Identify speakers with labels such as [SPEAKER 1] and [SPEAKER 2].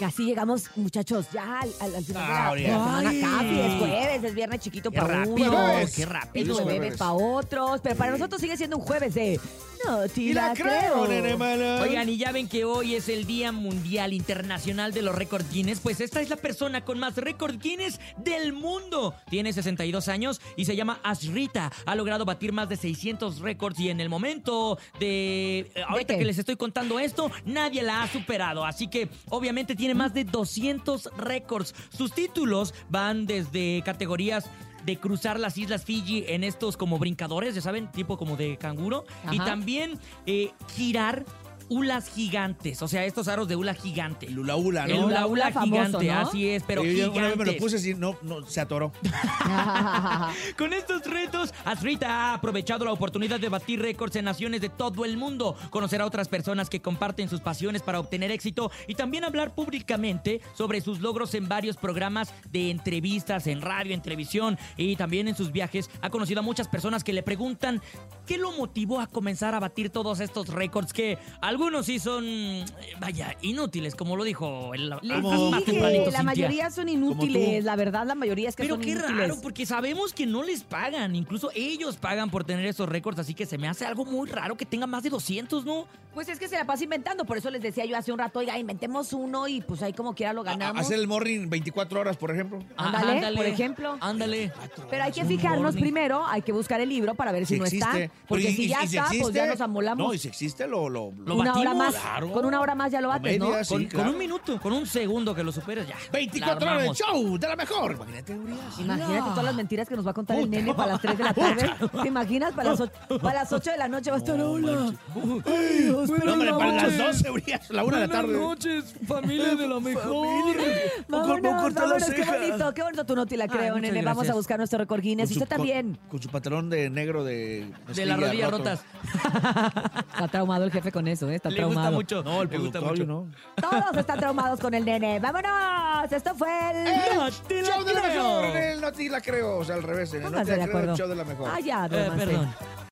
[SPEAKER 1] Casi llegamos, muchachos, ya al, al- al final de
[SPEAKER 2] Ah,
[SPEAKER 1] la- la,
[SPEAKER 2] ahorita.
[SPEAKER 1] semana.
[SPEAKER 2] Ay.
[SPEAKER 1] Casi es jueves, es viernes chiquito
[SPEAKER 2] Qué
[SPEAKER 1] para
[SPEAKER 2] rápido,
[SPEAKER 1] unos.
[SPEAKER 2] qué rápido
[SPEAKER 1] Es
[SPEAKER 2] es
[SPEAKER 1] jueves
[SPEAKER 2] jueves.
[SPEAKER 1] para otros. Pero para nosotros sigue siendo un jueves de. No, te
[SPEAKER 2] Y la creo, nene mala.
[SPEAKER 3] Oigan, y ya ven que hoy es el Día Mundial Internacional de los Récord Guinness, pues esta es la persona con más récord Guinness del mundo. Tiene 62 años y se llama Ashrita. Ha logrado batir más de 600 récords y en el momento de... eh, Ahorita
[SPEAKER 1] qué?
[SPEAKER 3] que les estoy contando esto, nadie la ha superado. Así que obviamente tiene más de 200 récords. Sus títulos van desde categorías de cruzar las islas Fiji en estos como brincadores, ya saben, tipo como de canguro, y
[SPEAKER 1] Ajá.
[SPEAKER 3] también eh, girar ulas gigantes, o sea, estos aros de ula gigante.
[SPEAKER 2] El hula hula,
[SPEAKER 3] El
[SPEAKER 2] ¿no?
[SPEAKER 3] ula ula
[SPEAKER 1] Ula famoso,
[SPEAKER 3] gigante,
[SPEAKER 1] ¿no?
[SPEAKER 3] así es, pero
[SPEAKER 2] Yo una vez me lo
[SPEAKER 3] gigantes.
[SPEAKER 2] puse así, no, no, se atoró.
[SPEAKER 3] Con estos retos, Asrita ha aprovechado la oportunidad de batir récords en naciones de todo el mundo, conocer a otras personas que comparten sus pasiones para obtener éxito y también hablar públicamente sobre sus logros en varios programas de entrevistas en radio, en televisión y también en sus viajes. Ha conocido a muchas personas que le preguntan qué lo motivó a comenzar a batir todos estos récords que algunos sí son, eh, vaya, inútiles, como lo dijo el
[SPEAKER 1] Les
[SPEAKER 2] Vamos,
[SPEAKER 3] más
[SPEAKER 1] dije,
[SPEAKER 3] tempranito,
[SPEAKER 1] la
[SPEAKER 3] Cintia.
[SPEAKER 1] mayoría son
[SPEAKER 2] Como
[SPEAKER 1] inútiles.
[SPEAKER 2] tú.
[SPEAKER 1] La verdad, la mayoría es que
[SPEAKER 3] Pero
[SPEAKER 1] son
[SPEAKER 3] qué
[SPEAKER 1] inútiles.
[SPEAKER 3] raro, porque sabemos que no les pagan. Incluso ellos pagan por tener esos récords, así que se me hace algo muy raro que tenga más de 200, ¿no?
[SPEAKER 1] Pues es que se la pasa inventando. Por eso les decía yo hace un rato, oiga, inventemos uno y pues ahí como quiera lo ganamos.
[SPEAKER 2] Hacer Ah, el morning 24 horas, por ejemplo.
[SPEAKER 1] Ándale, por ejemplo.
[SPEAKER 3] Ah, Ándale.
[SPEAKER 1] Pero hay que
[SPEAKER 3] Un
[SPEAKER 1] fijarnos
[SPEAKER 3] morning.
[SPEAKER 1] primero, hay que buscar el libro para ver si,
[SPEAKER 2] Si
[SPEAKER 1] no
[SPEAKER 2] existe.
[SPEAKER 1] está. Porque
[SPEAKER 2] Pero y-
[SPEAKER 1] si
[SPEAKER 2] y-
[SPEAKER 1] ya
[SPEAKER 2] y si
[SPEAKER 1] está, pues ya
[SPEAKER 2] existe,
[SPEAKER 1] nos amolamos.
[SPEAKER 2] No, y si existe, lo. lo,
[SPEAKER 3] Lo
[SPEAKER 1] una hora
[SPEAKER 3] batimos,
[SPEAKER 1] más.
[SPEAKER 2] claro.
[SPEAKER 1] Con una hora más ya lo bates, ¿no?
[SPEAKER 2] Media, Ah, sí,
[SPEAKER 3] Con, con
[SPEAKER 2] claro.
[SPEAKER 3] un minuto, con un segundo que lo superes, ya.
[SPEAKER 2] 24
[SPEAKER 3] la
[SPEAKER 2] horas de
[SPEAKER 3] armamos.
[SPEAKER 2] show, de la mejor. Imagínate, Urias.
[SPEAKER 1] Imagínate todas las mentiras que nos va a contar el
[SPEAKER 2] Puta.
[SPEAKER 1] nene para las 3 de la tarde. ¿Te imaginas? Para las, och- para las 8 de la noche va a estar. Hola. Ay, Dios,
[SPEAKER 2] No, hombre,
[SPEAKER 1] buenas
[SPEAKER 2] para las
[SPEAKER 1] noches.
[SPEAKER 2] 12, Urias, la 1 de la tarde.
[SPEAKER 3] noches, familia de la mejor.
[SPEAKER 1] Vámonos, vámonos, qué bonito, qué bonito. Tú no te la creo,
[SPEAKER 3] muchas
[SPEAKER 1] nene. Vamos a
[SPEAKER 3] gracias.
[SPEAKER 1] buscar nuestro récord Guinness.
[SPEAKER 2] Con su-
[SPEAKER 1] Usted también.
[SPEAKER 2] Con, con su pantalón de negro de.
[SPEAKER 3] De las rodillas
[SPEAKER 2] mezclilla roto.
[SPEAKER 3] rotas.
[SPEAKER 1] Está traumado el jefe con eso, ¿eh? Está
[SPEAKER 3] Le gusta mucho. No,
[SPEAKER 2] El productor, ¿no?
[SPEAKER 1] Todos están traumados con el nene. ¡Vámonos! Esto fue el...
[SPEAKER 2] Eh,
[SPEAKER 3] No te la
[SPEAKER 2] show de la
[SPEAKER 3] creo.
[SPEAKER 2] mejor. en El no te la creo. O sea, al revés. En el no
[SPEAKER 1] Pónganse
[SPEAKER 2] te
[SPEAKER 1] de
[SPEAKER 2] la creo,
[SPEAKER 1] acuerdo.
[SPEAKER 2] el show de la mejor.
[SPEAKER 1] Ah, ya,
[SPEAKER 3] Eh,
[SPEAKER 1] duérmanse.
[SPEAKER 3] perdón.